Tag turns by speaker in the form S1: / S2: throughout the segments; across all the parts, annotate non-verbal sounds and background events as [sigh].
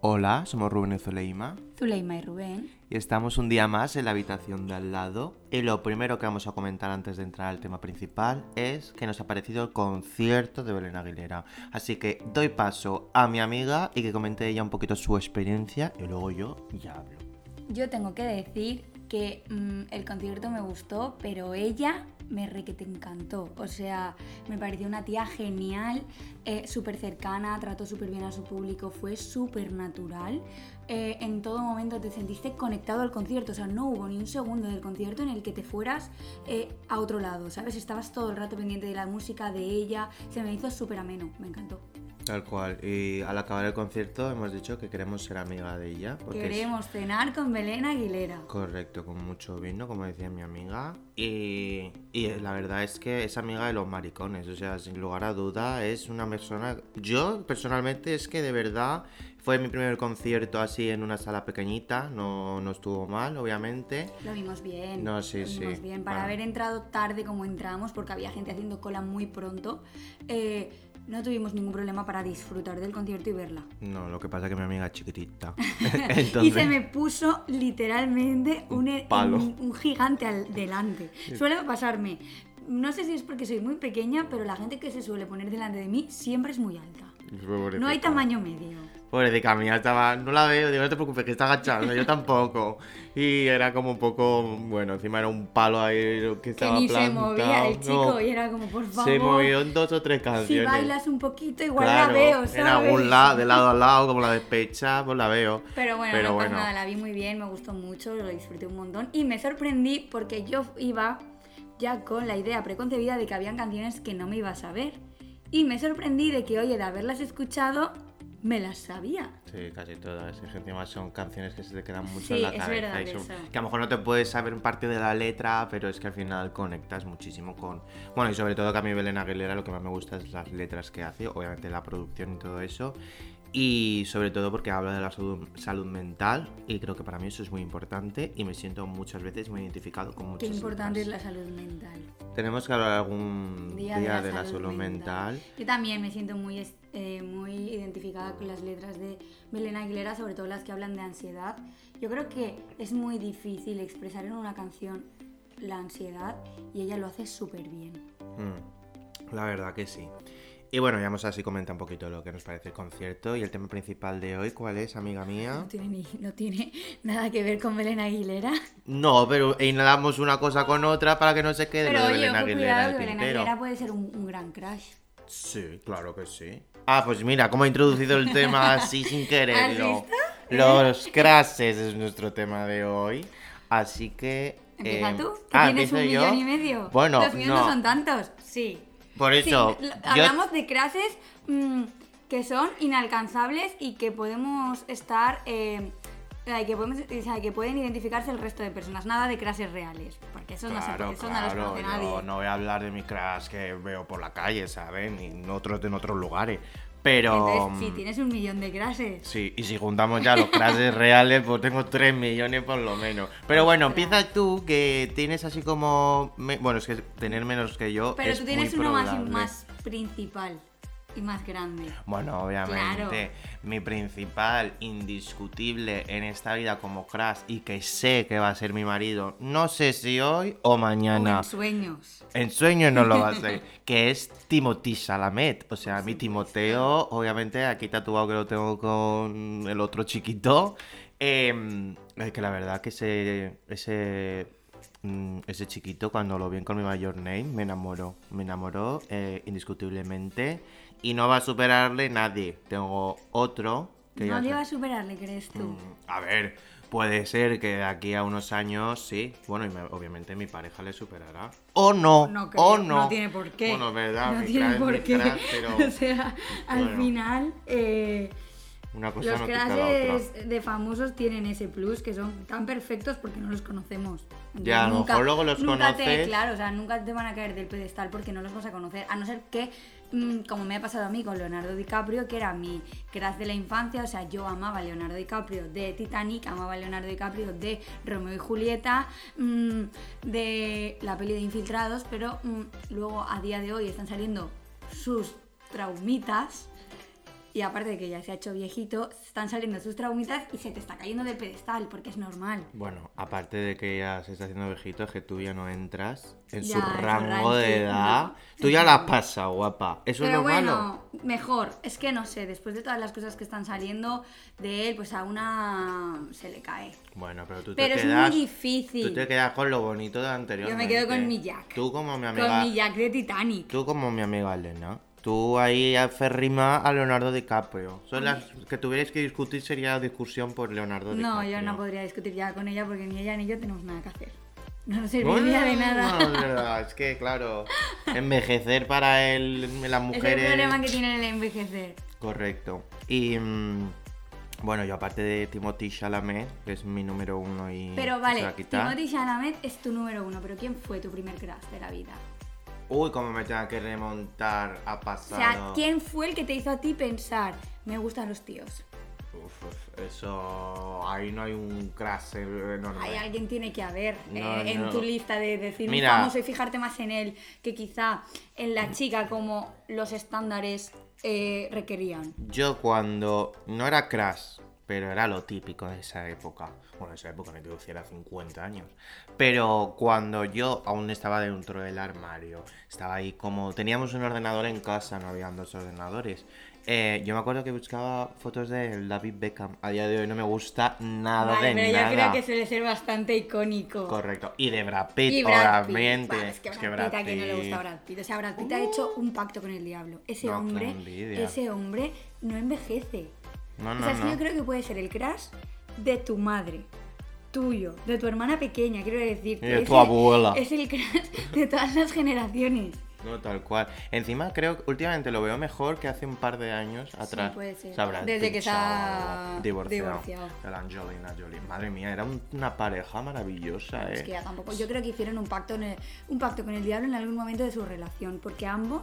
S1: Hola, somos Rubén y Zuleima
S2: Zuleima y Rubén.
S1: y estamos un día más en la habitación de al lado. Y lo primero que vamos a comentar antes de entrar al tema principal es que nos ha parecido el concierto de Belén Aguilera. Así que doy paso a mi amiga y que comente ella un poquito su experiencia y luego yo ya hablo.
S2: Yo tengo que decir que mm, el concierto me gustó, pero ella me requete encantó. O sea, me pareció una tía genial, eh, súper cercana, trató súper bien a su público, fue súper natural. Eh, en todo momento te sentiste conectado al concierto, o sea, no hubo ni un segundo del concierto en el que te fueras eh, a otro lado, ¿sabes? Estabas todo el rato pendiente de la música, de ella, se me hizo súper ameno, me encantó.
S1: Tal cual. Y al acabar el concierto hemos dicho que queremos ser amiga de ella. Porque es-
S2: Queremos cenar con Belén Aguilera.
S1: Correcto, con mucho vino, como decía mi amiga. Y, y la verdad es que es amiga de los maricones, o sea, sin lugar a duda, es una persona... Yo personalmente es que de verdad fue mi primer concierto así en una sala pequeñita, no, no estuvo mal, obviamente.
S2: Lo vimos bien.
S1: No, sí,
S2: lo vimos
S1: sí,
S2: bien. Para
S1: bueno.
S2: haber entrado tarde como entramos, porque había gente haciendo cola muy pronto, eh, no tuvimos ningún problema para disfrutar del concierto y verla.
S1: No, lo que pasa es que mi amiga es chiquitita.
S2: [laughs]
S1: [laughs]
S2: Y se
S1: Entonces...
S2: me puso literalmente un, e-
S1: palo.
S2: un- un gigante al- delante. Suele pasarme. No sé si es porque soy muy pequeña, pero la gente que se suele poner delante de mí siempre es muy alta. No hay tamaño medio.
S1: Pobrecita mía, estaba, no la veo, digo, no te preocupes, que está agachando, yo tampoco. Y era como un poco, bueno, encima era un palo ahí que
S2: Que
S1: estaba
S2: ni se
S1: plantado,
S2: movía el chico
S1: no.
S2: y era como, por favor.
S1: Se movió en dos o tres
S2: Si
S1: canciones.
S2: bailas un poquito, igual
S1: Claro,
S2: la veo, ¿sabes?
S1: En algún lado, de lado a lado, como la despecha, pues la veo.
S2: Pero bueno, no pasa
S1: bueno,
S2: nada, la vi muy bien, me gustó mucho, lo disfruté un montón y me sorprendí porque yo iba ya con la idea preconcebida de que habían canciones que no me iba a saber. Y me sorprendí de que, oye, de haberlas escuchado, me las sabía.
S1: Sí, casi todas. Es que encima son canciones que se te quedan mucho
S2: Sí,
S1: en la
S2: es
S1: cabeza.
S2: verdad
S1: y son-
S2: eso.
S1: Que a lo mejor no te puedes saber parte de la letra, pero es que al final conectas muchísimo con. Bueno, y sobre todo que a mí Belén Aguilera lo que más me gusta es las letras que hace, obviamente la producción y todo eso. Y sobre todo porque habla de la salud, salud mental, y creo que para mí eso es muy importante, y me siento muchas veces muy identificado con muchas
S2: Qué importante
S1: letras.
S2: es la salud mental.
S1: Tenemos que hablar algún día,
S2: Día
S1: de la salud mental.
S2: Yo también me siento muy, es- eh, muy identificada con las letras de Belén Aguilera, sobre todo las que hablan de ansiedad. Yo creo que es muy difícil expresar en una canción la ansiedad y ella lo hace súper bien.
S1: Mm, La verdad que sí. Y bueno, ya vamos así comenta un poquito lo que nos parece el concierto y el tema principal de hoy, ¿cuál es, amiga mía?
S2: No tiene, ni- no tiene [laughs] nada que ver con Belén Aguilera.
S1: No, pero inhalamos una cosa con otra para que no se quede
S2: Pero
S1: lo de
S2: oye,
S1: Belén
S2: ojo,
S1: Aguilera en
S2: cuidado que
S1: el
S2: Belén
S1: tintero.
S2: Aguilera puede ser un, un gran crush.
S1: Sí, claro que sí. Ah, pues mira, cómo he introducido el tema así sin quererlo.
S2: [laughs] ¿Has
S1: Los
S2: [laughs]
S1: crases es nuestro tema de hoy. Así que.
S2: Empieza
S1: eh,
S2: tú, que
S1: ah,
S2: tienes un
S1: ¿empiezo yo?
S2: millón y medio.
S1: Bueno,
S2: Los míos no, son tantos, sí.
S1: Por
S2: Sí,
S1: eso.
S2: lo-
S1: yo-
S2: hablamos de clases mm, que son inalcanzables y que podemos estar. eh, eh, que, podemos- o sea, que pueden identificarse el resto de personas. Nada de clases reales. Porque eso no, se,
S1: Claro,
S2: eso no los
S1: claro,
S2: conoce
S1: yo
S2: nadie.
S1: no voy a hablar de mis crash que veo por la calle, ¿saben? Y en otros, en otros lugares. Pero.
S2: Entonces, si tienes un millón de clases.
S1: Sí, y si juntamos ya los
S2: [laughs]
S1: crashes reales, pues tengo 3 millones por lo menos. Pero bueno, empieza tú, que tienes así como. me- Bueno, es que tener menos que yo.
S2: Pero
S1: es
S2: tú tienes
S1: muy
S2: uno más,
S1: probable.
S2: más principal y más grande.
S1: Bueno, obviamente,
S2: Claro.
S1: mi principal indiscutible en esta vida como crash y que sé que va a ser mi marido, no sé si hoy o mañana.
S2: O en sueños.
S1: En sueño no lo va a
S2: [laughs]
S1: hacer. que es Timothy Salamet. O sea, mi Timoteo, obviamente, aquí tatuado que lo tengo con el otro chiquito. Eh, es que la verdad que ese. ese. mm, Ese chiquito, cuando lo vi en con mi mayor name, me enamoró. Me enamoró eh, indiscutiblemente. Y no va a superarle nadie. Tengo otro. Que ya Mm.
S2: No le
S1: se-
S2: va a superarle, crees tú.
S1: a ver, puede ser que de aquí a unos años sí. Bueno, y me- obviamente mi pareja le superará. O no.
S2: No creo,
S1: o no.
S2: no. tiene por qué.
S1: Bueno, es verdad.
S2: [laughs] No
S1: mi
S2: tiene
S1: crack, mi
S2: por qué.
S1: crack,
S2: [laughs]
S1: pero
S2: O sea, al
S1: bueno.
S2: final, eh,
S1: una cosa
S2: los
S1: no quita la otra.
S2: crashes de famosos tienen ese plus que son tan perfectos porque no los conocemos. Entonces,
S1: Ya, a lo mejor luego los
S2: nunca
S1: conoces.
S2: Te, claro, o sea, nunca te van a caer del pedestal porque no los vas a conocer. A no ser que, mm, como me ha pasado a mí con Leonardo DiCaprio, que era mi crash de la infancia, o sea, yo amaba a Leonardo DiCaprio de Titanic, amaba a Leonardo DiCaprio de Romeo y Julieta, mm, de la peli de Infiltrados, pero mm, luego a día de hoy están saliendo sus traumitas. Y aparte de que ya se ha hecho viejito, están saliendo sus traumitas y se te está cayendo del pedestal, porque es normal.
S1: Bueno, aparte de que ya se está haciendo viejito, es que tú ya no entras en
S2: Ya,
S1: su
S2: en su
S1: rango
S2: ranking,
S1: de edad.
S2: no.
S1: Tú ya la has pasado, guapa. Eso es
S2: Pero
S1: lo
S2: bueno,
S1: malo.
S2: mejor. Es que no sé, después de todas las cosas que están saliendo de él, pues a una se le cae.
S1: Bueno, pero tú
S2: Pero
S1: te
S2: es
S1: quedas.
S2: muy difícil.
S1: Tú te quedas con lo bonito de anterior.
S2: Yo me quedo con mi Jack.
S1: Tú como mi amiga.
S2: Con mi Jack de Titanic.
S1: Tú como mi amiga Elena. Tú ahí aferrima a Leonardo DiCaprio. Son las que tuvierais que discutir sería discusión por Leonardo DiCaprio.
S2: No, yo no podría discutir ya con ella porque ni ella ni yo tenemos nada que hacer. No nos serviría
S1: Bueno,
S2: de [laughs] nada.
S1: no, es verdad, es que claro, envejecer para él, las
S2: Es el
S1: mujeres.
S2: problema que tiene el envejecer.
S1: Correcto. Y mm, bueno, yo aparte de Timothy Chalamet, que es mi número uno y
S2: Pero
S1: se va
S2: vale,
S1: a quitar.
S2: Timothy Chalamet es tu número uno, pero ¿quién fue tu primer crush de la vida?
S1: Uy, cómo me tengo que remontar a
S2: O
S1: pasado.
S2: sea, ¿quién fue el que te hizo a ti pensar, me gustan los tíos?
S1: Uf, uf, eso ahí no hay un crash eh, enorme.
S2: Hay alguien tiene que haber eh,
S1: No,
S2: en
S1: no.
S2: tu lista de decir un
S1: Mira.
S2: famoso y fijarte más en él que quizá en la chica como los estándares eh, requerían.
S1: Yo cuando no era Crash, pero era lo típico de esa época. Bueno, esa época me quiero decir, era 50 años. Pero cuando yo aún estaba dentro del armario, estaba ahí como. Teníamos un ordenador en casa, no habían dos ordenadores. Eh, yo me acuerdo que buscaba fotos de David Beckham. A día de hoy no me gusta nada
S2: Vale,
S1: de
S2: pero
S1: nada.
S2: yo creo que suele ser bastante icónico.
S1: Correcto. Y de Brad Pitt,
S2: Y Brad Pitt.
S1: obviamente.
S2: Buah, es que Brad, Pitt, a quien no le gusta Brad Pitt. O sea, Brad Pitt ha hecho un pacto con el diablo. Ese
S1: No, qué
S2: hombre,
S1: envidia.
S2: ese hombre no envejece.
S1: No, no,
S2: o sea, es que
S1: no.
S2: yo creo que puede ser el crush de tu madre, tuyo, de tu hermana pequeña, quiero decir.
S1: Y de tu abuela.
S2: Es el crush de todas las generaciones.
S1: No, tal cual. Encima creo que últimamente lo veo mejor que hace un par de años atrás.
S2: puede ser.
S1: Sabrá,
S2: Desde
S1: Pitt
S2: que se ha
S1: ha divorciado.
S2: divorciado.
S1: De la Angelina Jolie. Madre mía, era un- una pareja maravillosa, eh.
S2: Es que ya tampoco. Yo creo que hicieron un pacto, en el- un pacto con el diablo en algún momento de su relación, porque ambos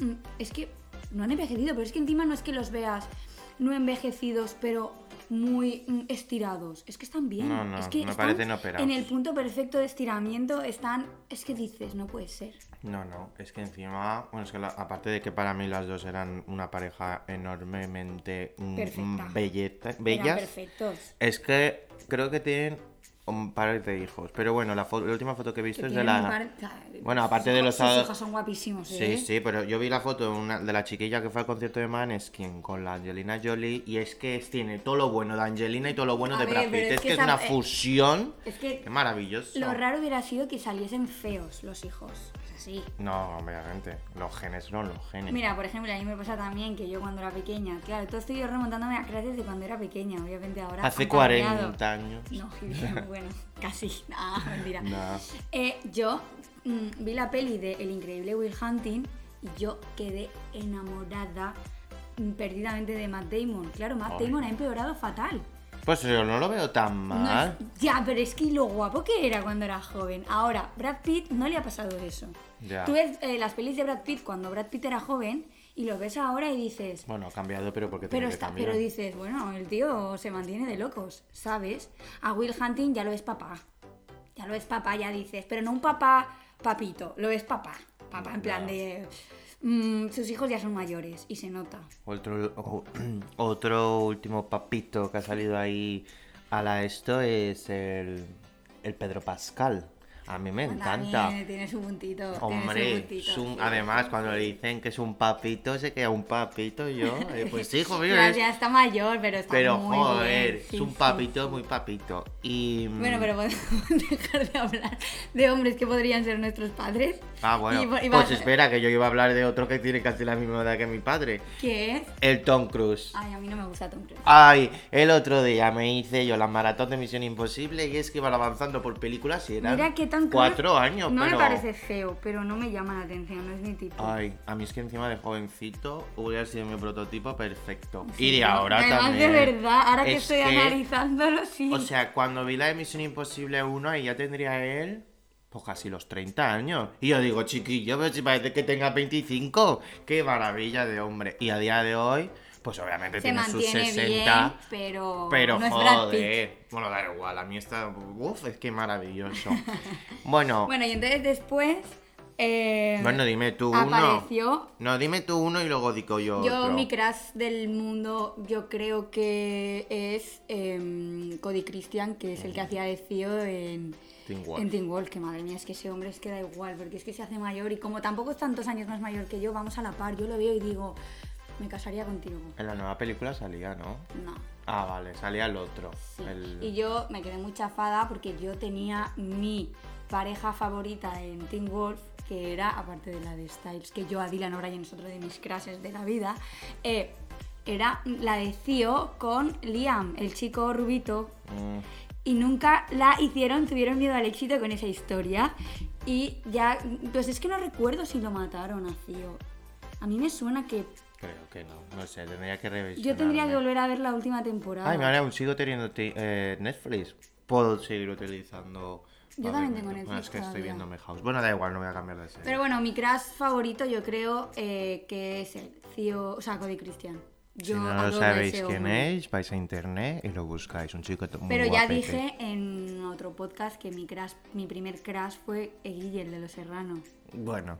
S2: mm, es que no han envejecido, pero es que encima no es que los veas no envejecidos, pero muy mm, estirados. Es que están bien.
S1: No, no,
S2: es que
S1: me
S2: están
S1: parecen operados.
S2: En el punto perfecto de estiramiento están. Es que dices, no puede ser.
S1: No, no, es que encima, bueno, es que la- aparte de que para mí las dos eran una pareja enormemente mm, mm,
S2: Perfecta.
S1: belleta-
S2: Eran
S1: bellas,
S2: perfectos.
S1: es que creo que tienen un par de hijos. Pero bueno, la, fo- la última foto que he visto
S2: Que
S1: es de
S2: tienen
S1: la...
S2: un par- o sea,
S1: Bueno,
S2: sus
S1: aparte de
S2: hijos-
S1: los
S2: sus
S1: ad-
S2: hijos son guapísimos,
S1: Sí,
S2: ¿eh?
S1: sí, pero yo vi la foto de, una, de la chiquilla que fue al concierto de Maneskin con la Angelina Jolie y es que es- tiene todo lo bueno de Angelina y todo lo bueno
S2: A
S1: de
S2: ver,
S1: Brad
S2: pero
S1: Pitt.
S2: es
S1: Es
S2: que
S1: que es
S2: esa-
S1: una
S2: eh,
S1: fusión.
S2: es que
S1: Qué maravilloso.
S2: Lo raro hubiera sido que saliesen feos los hijos. Es así.
S1: No, obviamente. Los genes son los genes.
S2: Mira, por ejemplo, a mí me pasa también que yo cuando era pequeña, claro, todo estoy yo remontándome a clases de cuando era pequeña, obviamente ahora.
S1: Hace
S2: han cambiado.
S1: 40 años.
S2: No, [laughs] Gil, bueno, casi. Ah, mentira.
S1: Nah.
S2: Eh, yo mm, vi la peli de El increíble Will Hunting y yo quedé enamorada mm, perdidamente de Matt Damon. Claro, Matt
S1: Ay.
S2: Damon ha empeorado fatal.
S1: Pues yo no lo veo tan
S2: No es-
S1: mal.
S2: ya, pero es que lo guapo que era cuando era joven. Ahora, Brad Pitt no le ha pasado eso.
S1: Ya.
S2: Tú ves eh, las pelis de Brad Pitt cuando Brad Pitt era joven y lo ves ahora y dices,
S1: Bueno, ha cambiado, pero porque
S2: pero,
S1: tiene que
S2: está,
S1: cambiar.
S2: pero dices, bueno, el tío se mantiene de locos, ¿sabes? A Will Hunting ya lo es papá. Ya lo es papá, ya dices, pero no un papá papito, lo es papá. Papá en plan
S1: Ya.
S2: de... mm, sus hijos ya son mayores y se nota.
S1: Otro, o- [clears throat] otro último papito que ha salido ahí a la esto es el, el Pedro Pascal. A mí me encanta.
S2: También tiene su puntito. tiene su
S1: Hombre,
S2: puntito,
S1: es un-
S2: sí.
S1: además cuando le dicen que es un papito, se queda un papito yo. eh,
S2: [laughs]
S1: Pues hijo mío,
S2: Claro,
S1: es-
S2: ya está mayor, pero está
S1: pero
S2: muy
S1: joder,
S2: bien.
S1: es
S2: sí,
S1: un
S2: sí.
S1: papito muy papito. Y mm,
S2: Bueno, pero podemos [laughs] dejar de hablar de hombres que podrían ser nuestros padres.
S1: ah, bueno,
S2: Y- y
S1: pues
S2: va-
S1: espera que yo iba a hablar de otro que tiene casi la misma edad que mi padre,
S2: ¿Qué es?
S1: el Tom Cruise.
S2: Ay, a mí no me gusta Tom Cruise.
S1: Ay, el otro día me hice yo la maratón de Misión Imposible y es que iban avanzando por películas y eran
S2: Mira que Tom Cruise.
S1: cuatro años,
S2: No
S1: pero- Ah,
S2: me parece feo, pero no me llama la atención, no es mi tipo.
S1: Ay, a mí es que encima de jovencito hubiera sido mi prototipo perfecto.
S2: Sí,
S1: y de
S2: pero
S1: ahora
S2: además,
S1: también.
S2: de verdad, ahora que
S1: Es
S2: estoy analizándolo, sí.
S1: O sea, cuando vi la de Misión Imposible 1 y ya tendría él, pues casi los 30 años. Y yo digo, chiquillo, pero si parece que tenga 25. Qué maravilla de hombre. Y a día de hoy, pues obviamente
S2: se
S1: tiene sus
S2: mantiene
S1: 60.
S2: bien, pero,
S1: Pero
S2: no es Brad Pitt.
S1: joder, bueno, da
S2: [laughs]
S1: igual, a mí está. Uf, es que maravilloso. bueno,
S2: Bueno, y entonces después Eh,
S1: Bueno, dime tú uno.
S2: Apareció.
S1: No, dime tú uno y luego digo yo.
S2: Yo,
S1: otro.
S2: mi crush del mundo, yo creo que es em, Cody Christian, que es el que hacía de CEO en
S1: Teen Wolf.
S2: en Teen Wolf, que madre mía, es que ese hombre es que da igual, porque es que se hace mayor y como tampoco es tantos años más mayor que yo, vamos a la par, yo lo veo y digo, me casaría contigo.
S1: En la nueva película salía, ¿no?
S2: No.
S1: Ah, vale, salía el otro.
S2: Sí.
S1: el-
S2: Y yo me quedé muy chafada porque yo tenía mi pareja favorita en Teen Wolf, que era, aparte de la de Styles, que yo a Dylan O'Brien es otro de mis crashes de la vida, eh, era la de Theo con Liam, el chico rubito,
S1: Mm,
S2: y nunca la hicieron, tuvieron miedo al éxito con esa historia. Y ya, pues es que no recuerdo si lo mataron a Theo. A mí me suena que
S1: creo que no. No sé, tendría que revisar.
S2: yo tendría que volver a ver la última temporada.
S1: Ay, mira, aún sigo teniendo ti- eh, Netflix. Puedo seguir utilizando.
S2: Yo
S1: A
S2: también
S1: ver,
S2: tengo
S1: bueno,
S2: Netflix
S1: es que estoy
S2: todavía.
S1: viéndome House. Bueno, da igual, no voy a cambiar de serie.
S2: Pero bueno, mi crush favorito yo creo eh, que es el Theo, o sea, Cody Christian. Yo
S1: si no lo
S2: adoro a
S1: sabéis
S2: ese
S1: quién
S2: hombre.
S1: es, vais a internet y lo buscáis. Un chico t- muy este.
S2: Pero ya
S1: guapete.
S2: dije en otro podcast que mi crush, mi primer crush fue Guille, el de Los Serranos. [laughs]
S1: Bueno.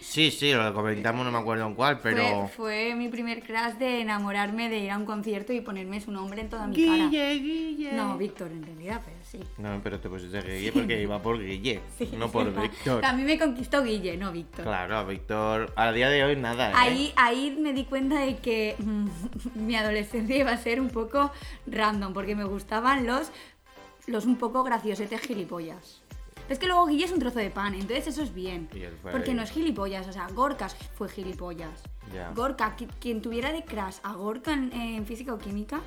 S1: sí, sí, lo comentamos, no me acuerdo en cuál, pero.
S2: Fue, fue mi primer crush de enamorarme de ir a un concierto y ponerme su nombre en toda mi cara.
S1: Guille, Guille.
S2: No, Víctor en realidad, pero sí.
S1: No, pero te pusiste Guille porque iba por Guille,
S2: [laughs]
S1: no por Víctor.
S2: A mí me conquistó Guille, no Víctor.
S1: Claro, a Víctor, a día de hoy nada, ¿eh?
S2: Ahí, ahí me di cuenta de que mm, [laughs] mi adolescencia iba a ser un poco random, porque me gustaban los, los un poco graciosetes gilipollas. Es que luego Guille es un trozo de pan, entonces eso es bien.
S1: Y él fue
S2: Porque
S1: ahí.
S2: no es gilipollas, o sea, Gorka fue gilipollas.
S1: Ya.
S2: Gorka, qui- quien tuviera de crash a Gorka en, en física o química,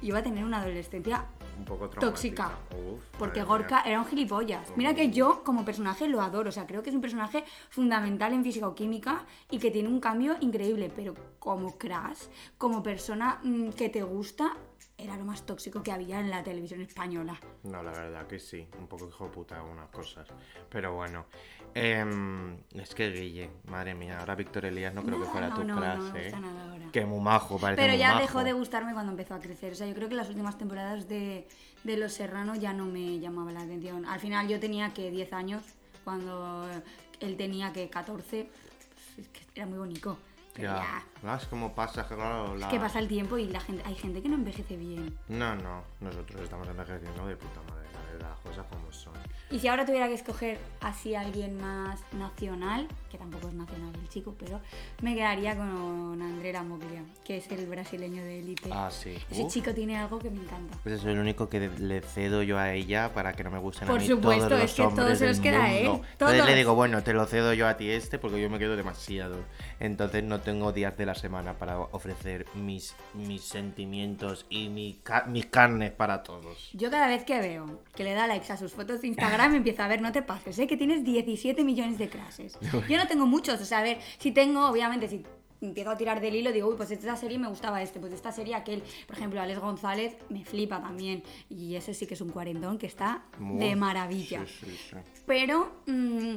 S2: iba a tener una adolescencia
S1: Un poco traumática.
S2: tóxica.
S1: Uf,
S2: porque
S1: madre
S2: Gorka
S1: mía.
S2: era un gilipollas. Mira que yo como personaje lo adoro, o sea, creo que es un personaje fundamental en física o química y que tiene un cambio increíble, pero como Crash, como persona mm, que te gusta, era lo más tóxico que había en la televisión española.
S1: No, la verdad que sí. Un poco hijo de puta algunas cosas. Pero bueno. em, es que Guille, madre mía, ahora Víctor Elías no creo que
S2: No,
S1: fuera
S2: no,
S1: tu
S2: no, no
S1: clase.
S2: me gusta nada ahora.
S1: Que muy majo, parece
S2: Pero
S1: muy
S2: ya
S1: majo.
S2: dejó de gustarme cuando empezó a crecer. O sea, yo creo que las últimas temporadas de, de Los Serranos ya no me llamaba la atención. Al final yo tenía que 10 años, cuando él tenía que 14. Es que era muy bonito. Pero
S1: Ya. ¿Ves cómo pasa? Que claro,
S2: ya,
S1: la-
S2: Es que pasa el tiempo y la gente, hay gente que no envejece bien.
S1: No, no. Nosotros estamos envejeciendo de puta madre, la verdad. Las cosas como son.
S2: Y si ahora tuviera que escoger así a alguien más nacional, que tampoco es nacional el chico, pero me quedaría con André Moglia, que es el brasileño de élite.
S1: Ah, sí.
S2: Ese
S1: Uf.
S2: chico tiene algo que me encanta.
S1: Pues es el único que le cedo yo a ella para que no me gusten a
S2: Por
S1: mí
S2: supuesto,
S1: todos
S2: es
S1: los
S2: que
S1: hombres
S2: todos se
S1: del
S2: los queda
S1: mundo.
S2: él,
S1: Entonces le
S2: todos.
S1: digo, bueno, te lo cedo yo a ti este porque yo me quedo demasiado. Entonces no tengo días de la semana para ofrecer mis, mis sentimientos y mi ca- mis carnes para todos.
S2: Yo cada vez que veo que le da likes a sus fotos de
S1: [laughs]
S2: Instagram empiezo a ver, no te pases, ¿eh? que tienes 17 millones de clases.
S1: [laughs]
S2: Yo no tengo muchos, o sea, a ver, si tengo, obviamente, si empiezo a tirar del hilo, digo, uy, pues esta serie me gustaba este, pues esta serie aquel. Por ejemplo, Alex González me flipa también, y ese sí que es un cuarentón que está de maravilla.
S1: Sí, sí, sí.
S2: Pero mm,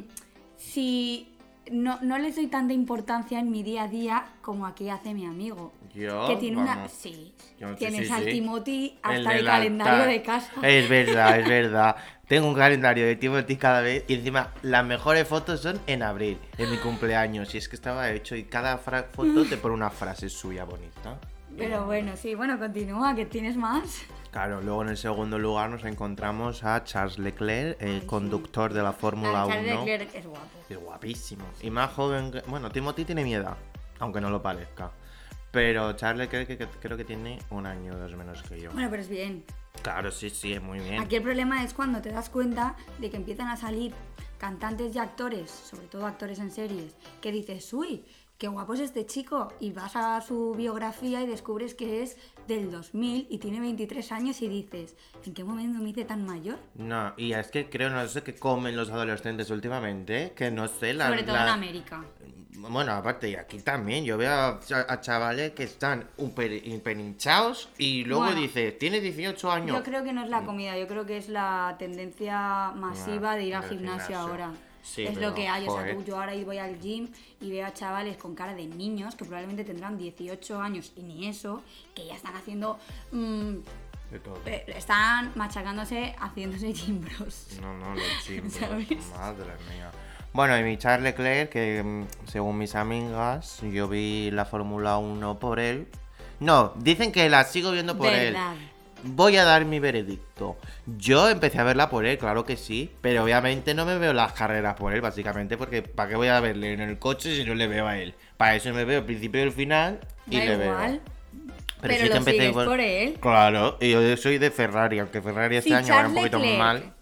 S2: si no, no les doy tanta importancia en mi día a día como aquí hace mi amigo.
S1: Yo,
S2: que tiene una.
S1: vamos.
S2: Sí.
S1: Yo sí,
S2: Tienes
S1: sí,
S2: al
S1: sí.
S2: Timothy
S1: El
S2: hasta el,
S1: del
S2: calendario
S1: altar.
S2: de casa.
S1: Es verdad, es
S2: [laughs]
S1: verdad. Tengo un calendario de Timothy cada vez y encima las mejores fotos son en abril, en mi cumpleaños. Y es que estaba hecho y cada fra- foto te pone una frase suya bonita.
S2: Pero bueno, sí, bueno, continúa, que tienes más.
S1: Claro, luego en el segundo lugar nos encontramos a Charles Leclerc, el conductor de la Fórmula
S2: Ah,
S1: 1.
S2: Charles Leclerc es guapo.
S1: Es guapísimo. Y más joven que... Bueno, Timothy tiene mi edad, aunque no lo parezca. Pero Charles Leclerc que- que- creo que tiene un año o dos menos que yo.
S2: Bueno, pero es bien.
S1: Claro, sí, sí, es muy bien.
S2: Aquí el problema es cuando te das cuenta de que empiezan a salir cantantes y actores, sobre todo actores en series, que dices, uy, qué guapo es este chico. Y vas a su biografía y descubres que es del 2000 y tiene 23 años y dices, ¿en qué momento me hice tan mayor?
S1: No, y es que creo, no sé qué comen los adolescentes últimamente, que no sé, la...
S2: sobre todo en
S1: la-
S2: América.
S1: Bueno, aparte, y aquí también, yo veo a, a chavales que están hiper, hinchados y luego
S2: Bueno.
S1: dice, tiene 18 años.
S2: Yo creo que no es
S1: Mm.
S2: la comida, yo creo que es la tendencia masiva
S1: Ah,
S2: de ir al
S1: del
S2: gimnasio,
S1: gimnasio.
S2: ahora.
S1: Sí,
S2: es
S1: pero,
S2: lo que hay, o sea,
S1: joder.
S2: tú, yo ahora voy al gym y veo a chavales con cara de niños que probablemente tendrán 18 años y ni eso, que ya están haciendo, mm,
S1: De todo.
S2: eh, están machacándose haciéndose gym bros.
S1: [laughs]
S2: [laughs]
S1: No, no, los chimbos,
S2: ¿Sabes?
S1: madre mía. Bueno, y mi Charles Leclerc, que mm, según mis amigas, yo vi la Fórmula 1 por él. No, dicen que la sigo viendo por
S2: Verdad.
S1: él. Voy a dar mi veredicto. Yo empecé a verla por él, claro que sí, pero obviamente no me veo las carreras por él, básicamente, porque ¿para qué voy a verle en el coche si no le veo a él? Para eso me veo el principio y el final y
S2: Da
S1: le
S2: igual.
S1: veo.
S2: Pero,
S1: sí que
S2: lo
S1: empecé
S2: sigues
S1: por-
S2: por... él.
S1: Claro, y yo soy de Ferrari, aunque Ferrari este
S2: Si
S1: año va un
S2: Charles
S1: poquito
S2: Leclerc-
S1: mal.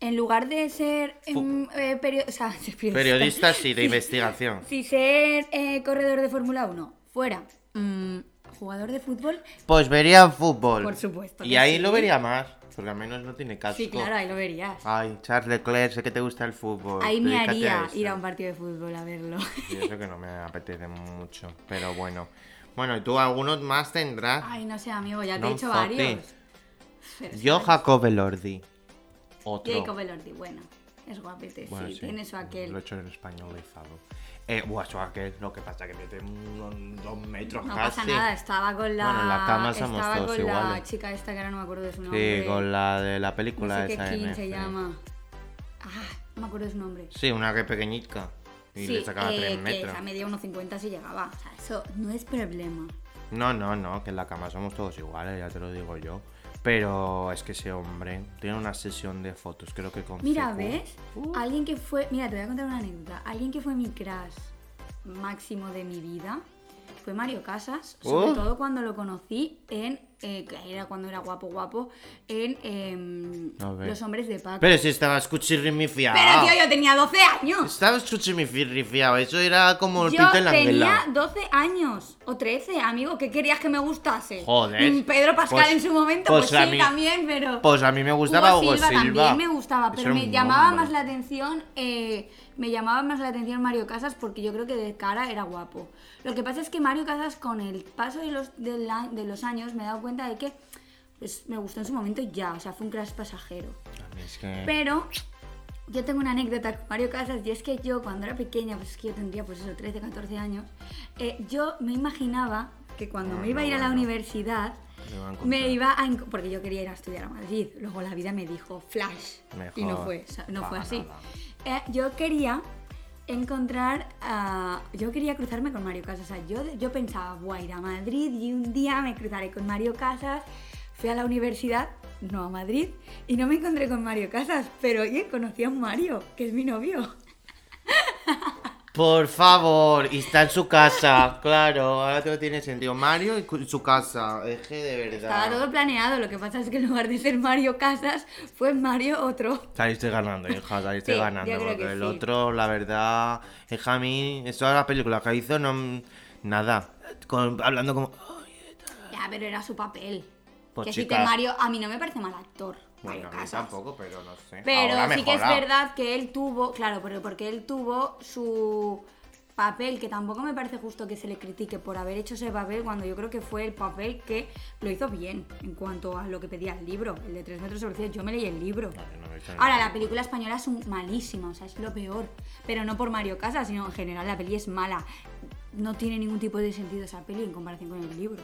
S2: En lugar de ser em, eh, perio- o sea, [laughs] de periodista.
S1: Periodista sí,
S2: [laughs]
S1: de investigación.
S2: Si ser eh, corredor de Fórmula 1 fuera mm, jugador de fútbol,
S1: Pues vería fútbol.
S2: Por supuesto
S1: Y
S2: que
S1: ahí
S2: sí.
S1: lo vería más, porque al menos no tiene casco.
S2: sí, claro, ahí lo verías.
S1: Ay, Charles Leclerc, sé que te gusta el fútbol.
S2: Ahí me
S1: dedícate
S2: haría
S1: eso.
S2: ir a un partido de fútbol a verlo.
S1: Y eso que no me apetece mucho, pero bueno. Bueno, y tú algunos más tendrás.
S2: [laughs] Ay, no sé, amigo, ya te
S1: No
S2: he dicho
S1: fucking.
S2: varios. Pero
S1: Yo, Jacob Elordi. Otro.
S2: Jacob Elordi, bueno, es guapete, sí, tiene su
S1: Lo he
S2: aquel.
S1: hecho en españolizado. Eh, buah, su aquel. Lo que pasa que mete unos dos metros
S2: No
S1: casi.
S2: pasa nada, estaba con la,
S1: Ah, Bueno, en la cama somos
S2: estaba
S1: todos
S2: con la
S1: iguales.
S2: chica esta que ahora no me acuerdo de su nombre.
S1: Sí, con la de la
S2: no
S1: película
S2: sé qué
S1: esa
S2: King
S1: NF.
S2: se llama. Ah, no me acuerdo de su nombre.
S1: Sí, una que es pequeñica. Y le sacaba
S2: eh,
S1: 3
S2: que
S1: metros.
S2: esa media 1,50 si llegaba. O sea, eso no es problema.
S1: No, no, no, que en la cama somos todos iguales, ya te lo digo yo. Pero es que ese hombre tiene una sesión de fotos, creo que con.
S2: Mira,
S1: Zuko.
S2: ¿ves?
S1: Uh.
S2: Alguien que fue. Mira, te voy a contar una anécdota. Alguien que fue mi crush máximo de mi vida fue Mario Casas. Sobre
S1: Uh.
S2: todo cuando lo conocí en. eh, que era cuando era guapo, guapo. En. em,
S1: A ver.
S2: Los hombres de Paco.
S1: Pero si estabas cuchirrimifiado.
S2: Pero, tío, yo tenía 12 años.
S1: Estabas cuchirrimifiado, eso era como el
S2: Yo
S1: Peter
S2: tenía
S1: Langela.
S2: 12 años o 13, amigo. ¿Qué querías que me gustase?
S1: Joder.
S2: Mm, Pedro Pascal
S1: Pues-
S2: en su momento,
S1: pues
S2: pues,
S1: a
S2: sí,
S1: mí-
S2: también, pero.
S1: Pues a mí me gustaba
S2: Hugo
S1: Hugo Silva.
S2: también me gustaba,
S1: Eso
S2: pero
S1: era
S2: me
S1: un
S2: llamaba
S1: hombre.
S2: más la atención, eh, me llamaba más la atención Mario Casas porque yo creo que de cara era guapo. Lo que pasa es que Mario Casas con el paso de los, de la- de los años me he dado cuenta de que pues, me gustó en su momento y ya, o sea, fue un crash pasajero.
S1: A mí es que-
S2: Pero yo tengo una anécdota con Mario Casas y es que yo cuando era pequeña, pues es que yo tendría pues eso, 13, 14 años, eh, yo me imaginaba que cuando me iba a ir a la universidad,
S1: Me iba a encontrar.
S2: me iba a... enco- porque yo quería ir a estudiar a Madrid, luego la vida me dijo, flash, y no
S1: Mejor.
S2: fue, o sea, no fue
S1: Para
S2: así.
S1: nada.
S2: Eh, yo quería encontrar a- yo quería cruzarme con Mario Casas o sea yo, yo pensaba voy a ir a Madrid y un día me cruzaré con Mario Casas fui a la universidad no a Madrid y no me encontré con Mario Casas pero oye conocí a un Mario que es mi novio
S1: Por favor, y está en su casa, claro, ahora todo tiene sentido. Mario y cu- en su casa, es que de
S2: estaba
S1: verdad.
S2: todo planeado lo que pasa es que en lugar de ser Mario Casas fue Mario otro
S1: Saliste ganando, hija, saliste
S2: Sí, yo
S1: ganando.
S2: creo
S1: Porque
S2: que
S1: el
S2: sí.
S1: otro, la verdad, es a mí, todas las películas que hizo, no. Nada. Con- hablando como.
S2: ya pero era su papel
S1: Pues
S2: que
S1: chicas.
S2: si te Mario a mí no me parece mal actor
S1: Bueno,
S2: Mario
S1: a mí
S2: Casas
S1: tampoco, pero no sé.
S2: Pero
S1: Ahora
S2: sí que es
S1: mejorado.
S2: verdad que él tuvo, claro, pero porque él tuvo su papel, que tampoco me parece justo que se le critique por haber hecho ese papel cuando yo creo que fue el papel que lo hizo bien en cuanto a lo que pedía el libro, el de 3 metros sobre cielo, yo me leí el libro.
S1: Ah, yo no me he visto
S2: Ahora, la película española es un- malísima, o sea, es lo peor, pero no por Mario Casas, sino en general la peli es mala. No tiene ningún tipo de sentido esa peli en comparación con el libro.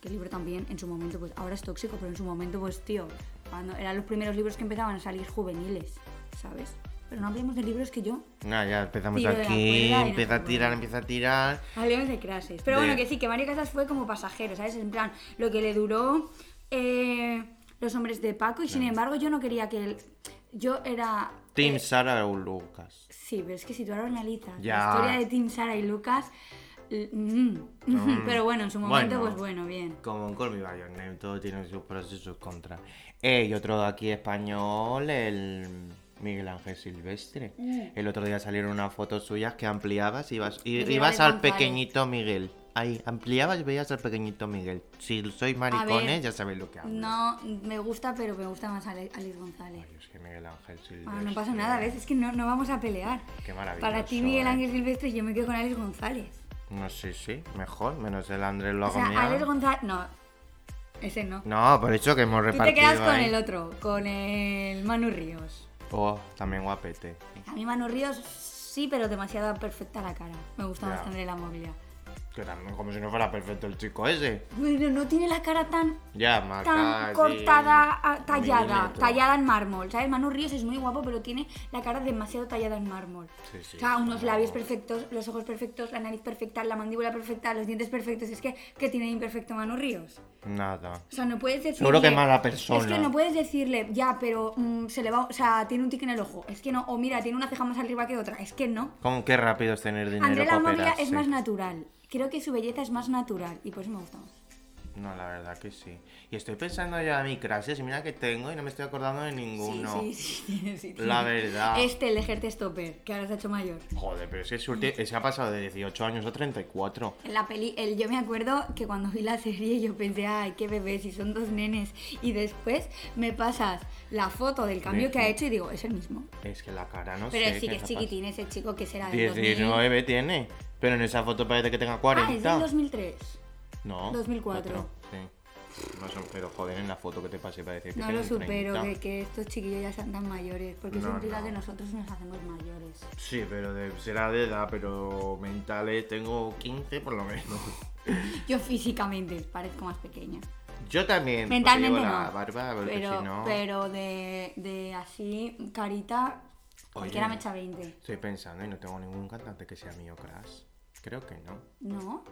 S2: Que el libro también en su momento, pues ahora es tóxico, pero en su momento, pues tío, cuando eran los primeros libros que empezaban a salir juveniles, ¿sabes? Pero no hablemos de libros que yo.
S1: Nah, ya empezamos
S2: Tiro de la
S1: aquí,
S2: cuerda y no
S1: empieza a
S2: puedo.
S1: tirar, empieza a tirar.
S2: Hablemos de crashes. Pero bueno,
S1: De-
S2: que sí, que Mario Casas fue como pasajero, ¿sabes? En plan, lo que le duró eh, los hombres de Paco, y sin embargo, yo no quería que él. Yo era. eh,
S1: Team Sara o Lucas.
S2: Sí, pero es que si tú ahora analizas
S1: Ya.
S2: la historia de Tim, Sara y Lucas, l- mm, [laughs] pero bueno, en su momento,
S1: Bueno.
S2: pues bueno, bien.
S1: Como un Call Me By Your Name, todo tiene sus pros y sus contras. Eh, y otro de aquí español, el Miguel Ángel Silvestre. El otro día salieron unas fotos suyas que ampliabas y ibas, y-
S2: Miguel
S1: ibas
S2: Ángel
S1: al
S2: González.
S1: pequeñito Miguel. Ahí, ampliabas y veías al pequeñito Miguel. Si sois
S2: ver,
S1: maricones, ya sabéis lo que hablo.
S2: No, me gusta, pero me gusta más Ale- Alice González.
S1: Ay, es que Miguel Ángel Silvestre.
S2: Ah, no pasa nada, ¿ves? Es que no, no vamos a pelear.
S1: Qué maravilloso.
S2: Para ti, Miguel
S1: eh.
S2: Ángel Silvestre, yo me quedo con Alice González.
S1: No, sí, sí, mejor, menos el Andrés
S2: O sea,
S1: Logomía.
S2: Alex González. No, ese no.
S1: No, por eso que hemos
S2: Tú te
S1: repartido.
S2: quedas con
S1: ahí.
S2: el otro, con el Manu Ríos.
S1: Oh, también guapete.
S2: A mí Manu Ríos sí, pero demasiado perfecta la cara. Me gusta
S1: Ya.
S2: más tener la movilidad.
S1: Que también como si no fuera perfecto el chico ese.
S2: Bueno, no tiene la cara tan
S1: Ya, marca
S2: tan
S1: allí
S2: cortada, a- tallada,
S1: milímetros.
S2: tallada en mármol, ¿sabes? Manu Ríos es muy guapo, pero tiene la cara demasiado tallada en mármol.
S1: Sí, sí,
S2: o sea,
S1: es
S2: unos
S1: guapo.
S2: labios perfectos, los ojos perfectos, la nariz perfecta, la mandíbula perfecta, los dientes perfectos. Es que, ¿qué tiene de imperfecto Manu Ríos?
S1: Nada.
S2: O sea, no puedes decirle...
S1: Seguro que es mala persona.
S2: Es que no puedes decirle, ya, pero mm, se le va... O sea, tiene un tic en el ojo. Es que no. O mira, tiene una ceja más arriba que otra. Es que no.
S1: Con qué rápido es tener dinero
S2: Andrea
S1: para
S2: Lamoglia es
S1: operarse.
S2: más natural. Creo que su belleza es más natural. Y por eso me gusta más.
S1: No, la verdad que sí. Y estoy pensando ya en mi clases y mira que tengo y no me estoy acordando de ninguno.
S2: Sí, sí, [laughs] sí, tiene- sí,
S1: La
S2: tiene.
S1: verdad.
S2: Este, el ejército Stopper, que ahora se ha hecho mayor.
S1: Joder, pero es que surti- se ha pasado de 18 años a 34.
S2: En la peli, el, yo me acuerdo que cuando vi la serie yo pensé, ay, qué bebé, si son dos nenes. Y después me pasas la foto del cambio que ha hecho y digo, es el mismo.
S1: Es que la cara no
S2: Pero
S1: sé.
S2: sí
S1: qué
S2: que es
S1: capaz-
S2: chiquitín ese chico que será del 2000.
S1: 19 tiene. Pero en esa foto parece que tenga
S2: Ah, es
S1: 40.
S2: del 2003.
S1: No.
S2: 2004.
S1: Sí. No son, pero joder, en la foto que te pasé parece que
S2: No
S1: tiene
S2: lo supero,
S1: 30.
S2: que, que estos chiquillos ya sean tan mayores, porque eso
S1: No,
S2: implica
S1: no.
S2: que nosotros nos hacemos mayores.
S1: Sí, pero de- será de edad, pero mentales tengo 15 por lo
S2: [laughs]
S1: menos.
S2: Yo físicamente parezco más pequeña.
S1: Yo también. porque
S2: Mentalmente
S1: llevo
S2: no.
S1: la barba, porque
S2: pero
S1: si no.
S2: pero de, de así, carita, cualquiera me echa 20.
S1: Estoy pensando y no tengo ningún cantante que sea mío, Crash. Creo que no.
S2: ¿No?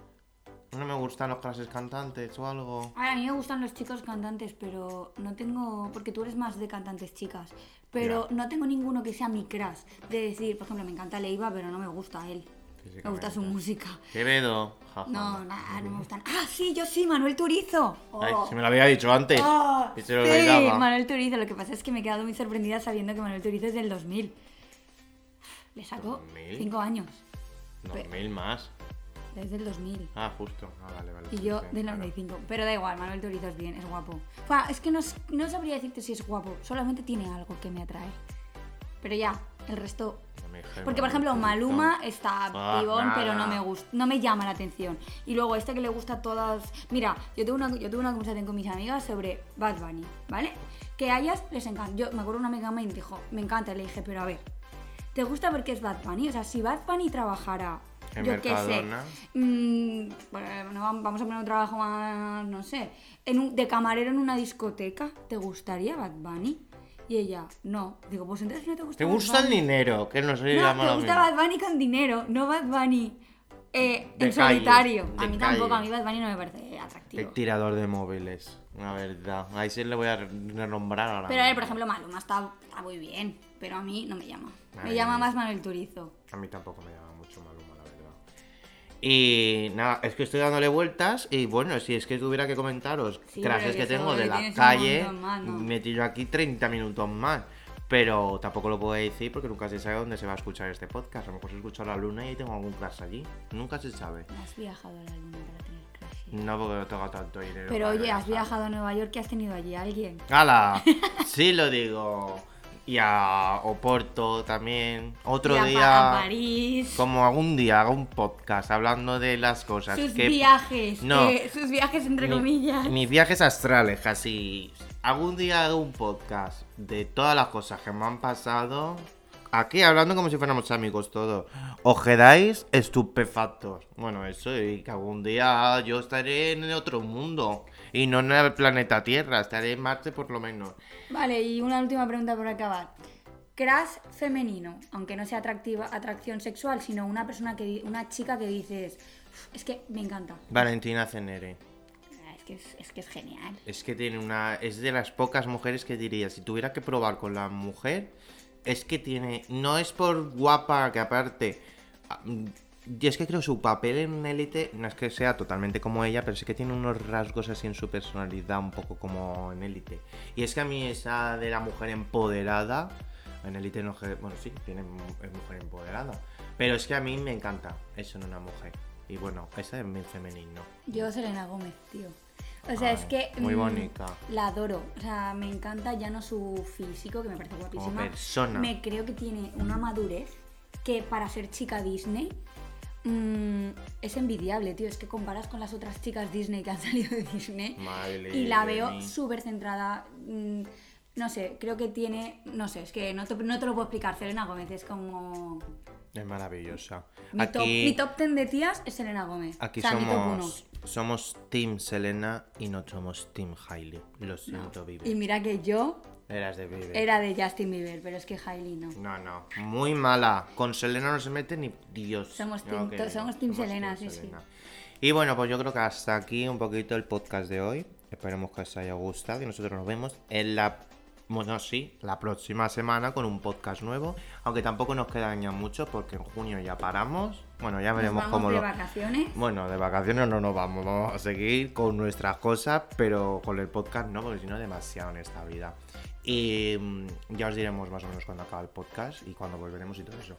S1: No me gustan los clases cantantes o algo.
S2: A ver, a mí me gustan los chicos cantantes, pero no tengo. Porque tú eres más de cantantes chicas. Pero no tengo ninguno que sea mi crush. De decir, por ejemplo, me encanta Leiva, pero no me gusta él. Me gusta
S1: Físicamente.
S2: su música.
S1: Quevedo. jaja.
S2: No, nada, no me gustan. ¡Ah, sí, yo sí, Manuel Turizo! Oh.
S1: Ay, se me lo había dicho antes.
S2: Oh,
S1: Ah, y se lo
S2: sí,
S1: olvidaba.
S2: Manuel Turizo. Lo que pasa es que me he quedado muy sorprendida sabiendo que Manuel Turizo es del 2000. Le sacó
S1: 2000.
S2: 5 años.
S1: No, mil más.
S2: Desde el 2000.
S1: Ah, justo. Ah, vale, vale.
S2: Y yo
S1: sí,
S2: del
S1: claro.
S2: 95. Pero da igual, Manuel Turizo es bien, es guapo. Fua, es que no, s- no sabría decirte si es guapo, solamente tiene algo que me atrae. Pero ya, el resto.
S1: No me dije,
S2: Porque,
S1: no,
S2: por ejemplo,
S1: no,
S2: Maluma
S1: no.
S2: está
S1: Ah,
S2: pibón, pero no
S1: nada.
S2: me gusta, no me llama la atención. Y luego este que le gusta a todas. Mira, yo tuve una, yo tuve una conversación con mis amigas sobre Bad Bunny, ¿vale? Que a ellas les encanta. Yo me acuerdo una amiga me dijo, me encanta, le dije, pero a ver, ¿te gusta porque es Bad Bunny? O sea, si Bad Bunny trabajara,
S1: En
S2: yo qué sé,
S1: Mercadona.
S2: Mm, bueno, no vam- vamos a poner un trabajo más, no sé, en un- de camarero en una discoteca, ¿te gustaría Bad Bunny? Y ella, no. Digo, pues entonces no te gusta
S1: Te
S2: Bad
S1: gusta el
S2: Bunny.
S1: dinero, que no soy
S2: No, te gusta Bad Bunny con dinero, no Bad Bunny eh,
S1: De calle,
S2: en solitario.
S1: de
S2: A mí tampoco,
S1: calle.
S2: a mí Bad Bunny no me parece atractivo.
S1: El tirador de móviles, la verdad. Ahí sí le voy a renombrar ahora.
S2: Pero a ver,
S1: mismo.
S2: por ejemplo, Maluma está, está muy bien, pero a mí no me llama.
S1: A
S2: Me
S1: mí
S2: llama
S1: no.
S2: más Manuel Turizo.
S1: A mí tampoco me llama mucho Maluma, la verdad. Y nada, es que estoy dándole vueltas y bueno, si es que tuviera que comentaros
S2: Sí,
S1: frases
S2: pero
S1: que
S2: que
S1: tengo
S2: seguro
S1: de
S2: que
S1: la
S2: tienes un
S1: calle,
S2: montón más, ¿no?
S1: me tiro aquí 30 minutos más. Pero tampoco lo puedo decir porque nunca se sabe dónde se va a escuchar este podcast. A lo mejor se escucha a la luna y ahí tengo algún crash allí. Nunca se sabe.
S2: Has viajado a la luna para tener crashes.
S1: No porque no tengo tanto dinero.
S2: Pero
S1: para
S2: oye,
S1: viajar.
S2: has viajado a Nueva York, ¿qué has tenido allí? ¿Alguien? [laughs]
S1: ¡Hala! Sí lo digo. Y a Oporto también. Otro
S2: Y a Pa-
S1: día.
S2: a París.
S1: Como algún día haga un podcast hablando de las cosas
S2: Sus
S1: que.
S2: viajes,
S1: No.
S2: eh, sus viajes entre
S1: mi-
S2: comillas.
S1: Mis viajes astrales, casi. Algún día hago un podcast de todas las cosas que me han pasado. Aquí hablando como si fuéramos amigos todos. Os quedáis estupefactos. Bueno, eso, y que algún día yo estaré en otro mundo. Y no en el planeta Tierra, estaré en Marte por lo menos.
S2: Vale, y una última pregunta por acabar. Crash femenino, aunque no sea atractiva, atracción sexual, sino una persona que di- una chica que dices, es que me encanta.
S1: Valentina Cenere.
S2: Ah, Es que es, es que es genial.
S1: Es que tiene una. Es de las pocas mujeres que diría, si tuviera que probar con la mujer, es que tiene. No es por guapa, que aparte. ah, mm, Y es que creo su papel en Élite no es que sea totalmente como ella, pero sí que tiene unos rasgos así en su personalidad, un poco como en Élite. Y es que a mí esa de la mujer empoderada. En Élite no. je- Bueno, sí, tiene, mu- es mujer empoderada. Pero es que a mí me encanta eso en una mujer. Y bueno, esa es mi femenino.
S2: Yo Selena Gómez, tío. O sea, es
S1: Ay,
S2: que
S1: muy
S2: mm,
S1: bonita.
S2: La adoro, o sea, me encanta ya no su físico que me parece guapísima.
S1: persona.
S2: Me creo que tiene una madurez que para ser chica Disney mm, es envidiable, tío. Es que comparas con las [laughs] otras chicas Disney que han salido de Disney
S1: Madre
S2: y la veo
S1: mía.
S2: súper centrada. mm, No sé, creo que tiene. No sé, es que no te, no te lo puedo explicar. Selena Gómez es como.
S1: Es maravillosa.
S2: Mi, top, mi top 10 de tías es Selena Gómez.
S1: Aquí
S2: o sea, mi top uno.
S1: somos, somos Team Selena y no somos Team Hailey. Lo siento, Bieber.
S2: Y mira que yo
S1: Eras de Bieber.
S2: era de Justin Bieber, pero es que Hailey no.
S1: No, no. Muy mala. Con Selena no se mete ni Dios.
S2: Somos
S1: No,
S2: team-
S1: que
S2: to-
S1: no.
S2: somos team Selena, sí, sí.
S1: Y bueno, pues yo creo que hasta aquí un poquito el podcast de hoy. Esperemos que os haya gustado y nosotros nos vemos en la... Bueno, sí, la próxima semana con un podcast nuevo. Aunque tampoco nos quedan ya muchos porque en junio ya paramos. Bueno, ya
S2: Nos
S1: veremos
S2: vamos
S1: cómo
S2: de
S1: lo...
S2: vacaciones.
S1: Bueno, de vacaciones no nos vamos, vamos a seguir con nuestras cosas, pero con el podcast no, porque si no, demasiado en esta vida. Y mm, ya os diremos más o menos cuando acaba el podcast y cuando volveremos y todo eso.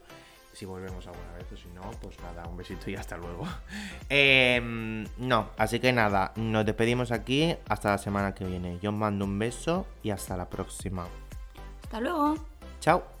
S1: Si volvemos alguna vez o si no, pues nada, un besito y hasta luego. [laughs] Em, no, así que nada, nos despedimos aquí hasta la semana que viene. Yo os mando un beso y hasta la próxima.
S2: Hasta luego.
S1: Chao.